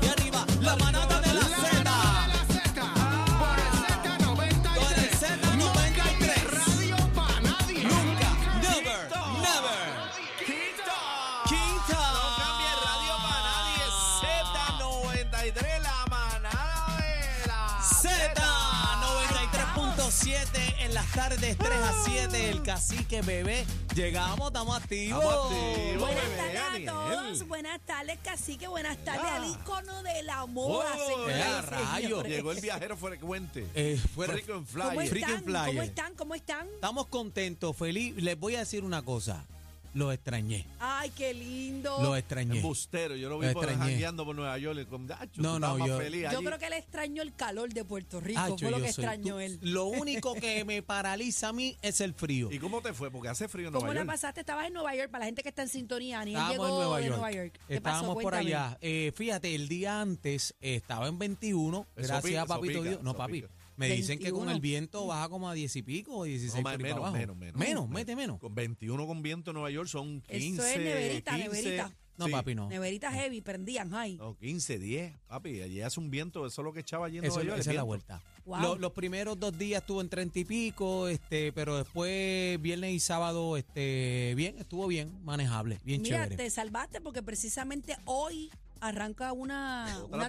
y arriba, la manada de la Z. Por el Z93. Radio Nunca, never, never. Quinta. No cambie el radio para nadie. Z93, la manada de la Z. 93.7 en las tardes 3 a 7. El cacique bebé. Llegamos, estamos activos. Buenas tardes a todos. Buenas tardes, cacique. Buenas tardes al ícono de la moda, Oh, señoras eh, y Ah. rayos. señores. Llegó el viajero frecuente. Eh, fuera- Rico en ¿Cómo flyer. Freak están? and ¿Cómo flyer. están? ¿Cómo están? Estamos contentos, feliz. Les voy a decir una cosa. Los extrañé. Ay, qué lindo. Los extrañé. Embustero. Yo lo Lo vi por extrañé. jangueando por Nueva York. Con, ah, No, chu, tú no, estabas más yo- feliz Yo allí. creo que le extrañó el calor de Puerto Rico. Hacho, fue lo yo que soy extrañó tú. él. Lo único que me paraliza a mí es el frío. ¿Y cómo te fue? Porque hace frío en ¿Cómo Nueva la York. pasaste? Estabas en Nueva York, para la gente que está en sintonía. Aniel Estábamos llegó en Nueva de York. Nueva York. ¿Qué Estábamos pasó? por Cuéntame. allá. Eh, fíjate, el día antes eh, estaba en 21. Eso gracias pica, a eso papito pica, Dios. No, eso papi. pica. Me dicen que con 21. el viento baja como a 10 y pico o 16 No, más- por ahí para menos, abajo. menos, menos. Menos, mete menos. Con 21 con viento en Nueva York son 15. neverita, 15, neverita. No, sí. papi, no. Neverita heavy, prendían, ay. No, 15, 10. Papi, allí hace un viento. Eso es lo que echaba allí en Eso- Nueva York. esa el es la viento. vuelta. Wow. Lo- los primeros dos días estuvo en treinta y pico, este, pero después viernes y sábado, este, bien, estuvo bien, manejable, bien Mira, chévere. te salvaste porque precisamente hoy arranca una, Otra una tormenta.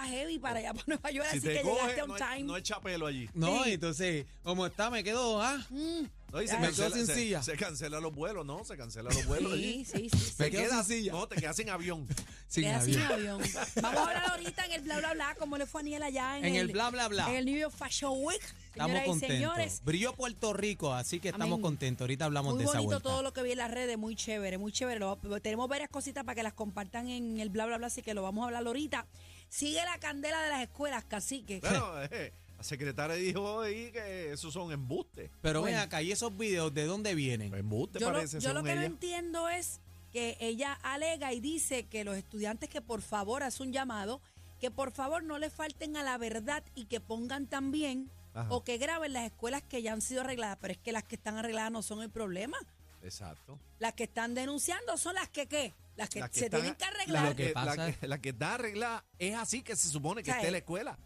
tormenta heavy para allá para Nueva York, Si así te que coge, llegaste a no, un hay- time. no echa pelo allí. No, Sí. entonces, como está, me quedo, ah, Mm, No, y se, Me quedo cancela, sin se- silla. se cancelan los vuelos, ¿no? Se cancelan los vuelos allí. sí, sí, sí. sí. Me Te quedo quedas- sin silla. No, te quedas sin avión. sin Queda sin avión. avión. Vamos a hablar ahorita en el bla bla bla, como le fue a Aniel allá en, En el bla, bla, bla. En el New York Fashion Week. Estamos Señoras y contentos. señores, Brilló Puerto Rico, así que estamos Amén. contentos. Ahorita hablamos muy de esa bonito vuelta. todo lo que vi en las redes, muy chévere, muy chévere. Lo- lo- tenemos varias cositas para que las compartan en el bla bla bla, así que lo vamos a hablar ahorita. Sigue la candela de las escuelas, cacique. Bueno, eh, la secretaria dijo ahí que esos son embustes. Pero ven Bueno. acá, ¿y esos videos de dónde vienen? Embuste yo lo, parece, yo lo según que no ella. entiendo es que ella alega y dice que los estudiantes que por favor hace un llamado, que por favor no le falten a la verdad y que pongan también Ajá. o que graben las escuelas que ya han sido arregladas, pero es que las que están arregladas no son el problema. Exacto. Las que están denunciando son las que qué, las que, La que se está- tienen que La, arreglar. Lo que que, pasa la es- que- la que está arreglada es así que se supone que O sea, esté eh, en la escuela.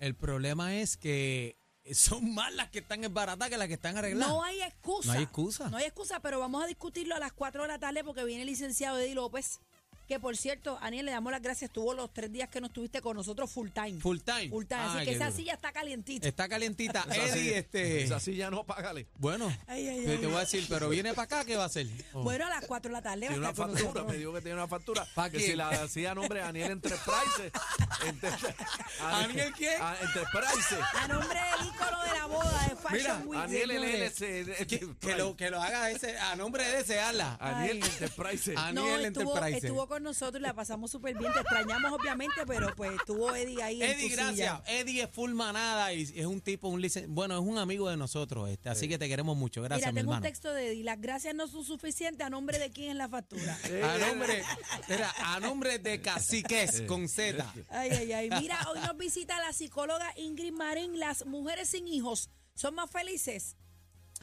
El problema es que son más las que están en barata que las que están arregladas. No hay excusa. No hay excusa. No hay excusa, pero vamos a discutirlo a las 4 de la tarde porque viene el licenciado Eddie López, que por cierto, Aniel, le damos las gracias, estuvo los tres días que no estuviste con nosotros full time. Full time. Full time, Ay, así que qué esa duro. silla está calientita. Está calientita. eh, Esa sí- Eddie, este. esa sí ya no, págale. Bueno, Ay, ay, te- ay. te voy a decir, pero viene para acá, ¿qué va a hacer? Oh. Bueno, a las 4 de la tarde va a Tiene una estar con factura, me nosotros. dijo que tiene una factura. ¿Pa que qué? si la hacía a nombre de Daniel Enterprise. Enter- a- ¿Daniel qué? a- Enterprise. A nombre del ícono de la boda de Fashion Mira, Week. Daniel señores. LLC. Oh. que, eh, que lo, que lo haga ese, a nombre de ese, Ah, ala. Daniel Ay. Enterprise. Ah, No, Daniel estuvo, Enterprise. estuvo con nosotros y la pasamos súper bien. Te extrañamos, obviamente, pero pues estuvo Eddie ahí. en Eddie, tu silla. gracias. Eddie es full manada y es un tipo, un licen- bueno, es un amigo de nosotros, este, así que te queremos mucho. Gracias, Mira, mi tengo un hermano. texto de Eddie. Las gracias no son suficientes. ¿A nombre de quién es la factura? A nombre, era, a nombre de Caciques con Z. Ay, ay, ay. Mira, hoy nos visita la psicóloga Ingrid Marín. Las mujeres sin hijos son más felices.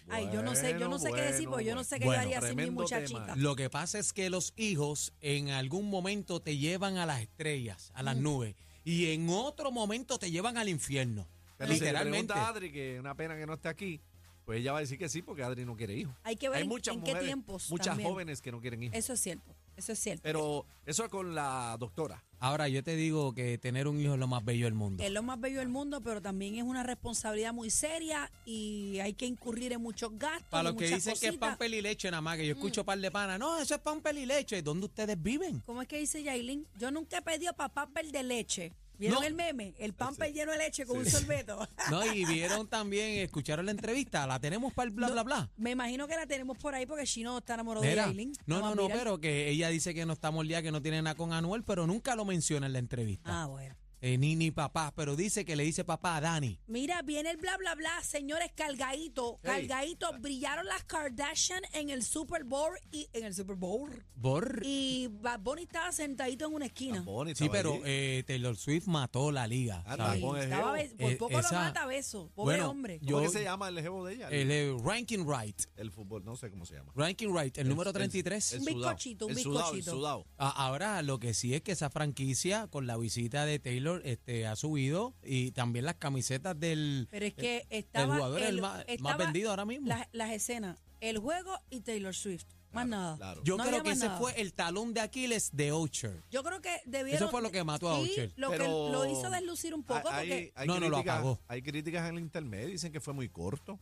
Ay, yo no sé, yo no sé Bueno, qué decir, porque yo no bueno. sé qué Bueno, yo haría sin mi tremendo muchachita. tema. Lo que pasa es que los hijos en algún momento te llevan a las estrellas, a las Mm. nubes, y en otro momento te llevan al infierno. Pero si le literalmente. pregunta a Adri, que una pena que no esté aquí, pues ella va a decir que sí, porque Adri no quiere hijos. Hay que ver en- muchas en qué mujeres, tiempos Muchas también. jóvenes que no quieren hijos. Eso es cierto, eso es cierto. Pero eso es con la doctora. Ahora, yo te digo que tener un hijo es lo más bello del mundo. es lo más bello del mundo, pero también es una responsabilidad muy seria y hay que incurrir en muchos gastos. Para y los que muchas dicen que es cositas. Mm. pan peli leche nada más, que yo escucho par de pana, no, eso es pan peli leche. ¿Dónde ustedes viven? ¿Cómo es que dice Yailin? Yo nunca he pedido papá papel de leche. ¿Vieron No. el meme? El pamper lleno de leche con un sorbeto. No, y vieron también, escucharon la entrevista, la tenemos para el bla, bla, bla. Me imagino que la tenemos por ahí porque Chino está enamorado Mira, de Aileen. no, Vamos a no, no, mirar. pero que ella dice que no está moldeada, que no tiene nada con Anuel, pero nunca lo menciona en la entrevista. Ah, bueno. Eh, ni ni papá, pero dice que le dice papá a Dani. Mira, viene el bla bla bla, señores, cargadito, Hey. cargadito. Brillaron las Kardashian en el Super Bowl y en el Super Bowl. Bor- Y Bad Bunny estaba sentadito en una esquina. Bonnie Sí, estaba pero allí. eh, Taylor Swift mató la liga. Ah, ¿sabes? Y Con el estaba jevo. be- por Eh, poco esa- lo mata a beso, pobre Bueno, hombre. yo- ¿Cómo es que se llama el jevo de ella? El, El eh, ranking right, fútbol, no sé cómo se llama. ranking right, el, número 33. el- Un bizcochito, un el sudado, el bizcochito. sudado. A- Ahora, lo que sí es que esa franquicia, con la visita de Taylor, este, ha subido y también las camisetas del eh, Pero es que estaba. el jugador es el el- más- más estaba vendido ahora mismo. Las, las escenas, el juego y Taylor Swift. Más Claro, nada. claro. Yo No creo había que más ese nada. fue el talón de Aquiles de Ocher. Yo creo que debieron. Eso fue lo que mató a y Usher. Lo que Pero- lo hizo deslucir un poco Hay- porque. hay No, no, lo críticas- apagó. Hay críticas en el intermedio, dicen que fue muy corto.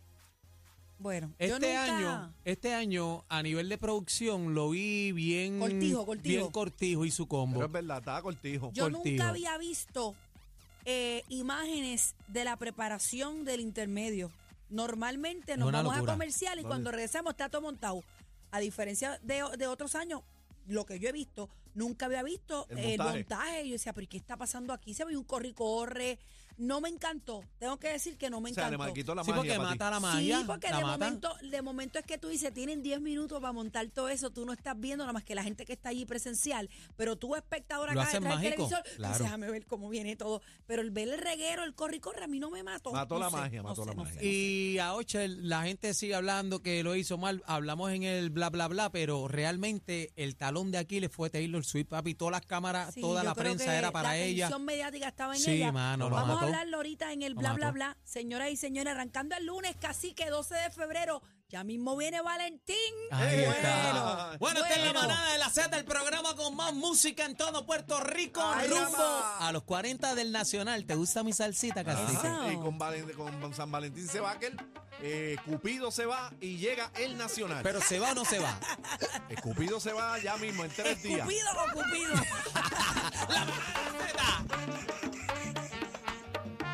Bueno, yo Este nunca- año, este año a nivel de producción lo vi bien Cortijo, cortijo. bien cortijo y su combo. Pero es verdad, estaba cortijo. Yo Cortijo. nunca había visto eh, imágenes de la preparación del intermedio. Normalmente nos Una vamos locura. a comercial y cuando regresamos está todo montado. A diferencia de, de otros años, lo que yo he visto, nunca había visto El eh, el montaje. montaje. Yo decía, pero ¿y ¿qué está pasando aquí? Se ve un corre-corre. No me encantó. Tengo que decir que no me o sea, encantó. le mal- quitó la sí, magia porque para ti. mata la magia. sí, porque la de mata. momento, de momento es que tú dices, tienen 10 minutos para montar todo eso, tú no estás viendo nada más que la gente que está allí presencial, pero tú espectador Lo acá hacen detrás del mágico, televisor, tú claro. dices, déjame ver cómo viene todo, pero el ver el reguero, el corre y corre, a mí no me mató. Mató No la sé, magia, no mató sé, la no magia. sé, no sé. Y a Ocher la gente sigue hablando que lo hizo mal. Hablamos en el bla, bla, bla, pero realmente el talón de Aquiles fue Taylor Swift, papi. Todas las cámaras, Sí, toda yo la creo prensa que era para La ella. atención mediática estaba en Sí, ella. mano, lo Vamos mató. a hablarlo ahorita en el Lo bla, bla, mató. bla. Señoras y señores, arrancando el lunes, casi que 12 de febrero, ya mismo viene Valentín. Ahí Bueno, Ah. está. Eh, Bueno, esta es la bueno. manada de la Z, el programa con más música en todo Puerto Rico, Ay, rumbo ama. a los 40 del Nacional. ¿Te gusta mi salsita, Cacique? Eso. Y con, Valen- con San Valentín se va aquel, eh, Cupido se va y llega el Nacional. Pero se va o no se va. Eh, Cupido se va ya mismo en tres días. ¿Escupido o Cupido? La manada de la Z.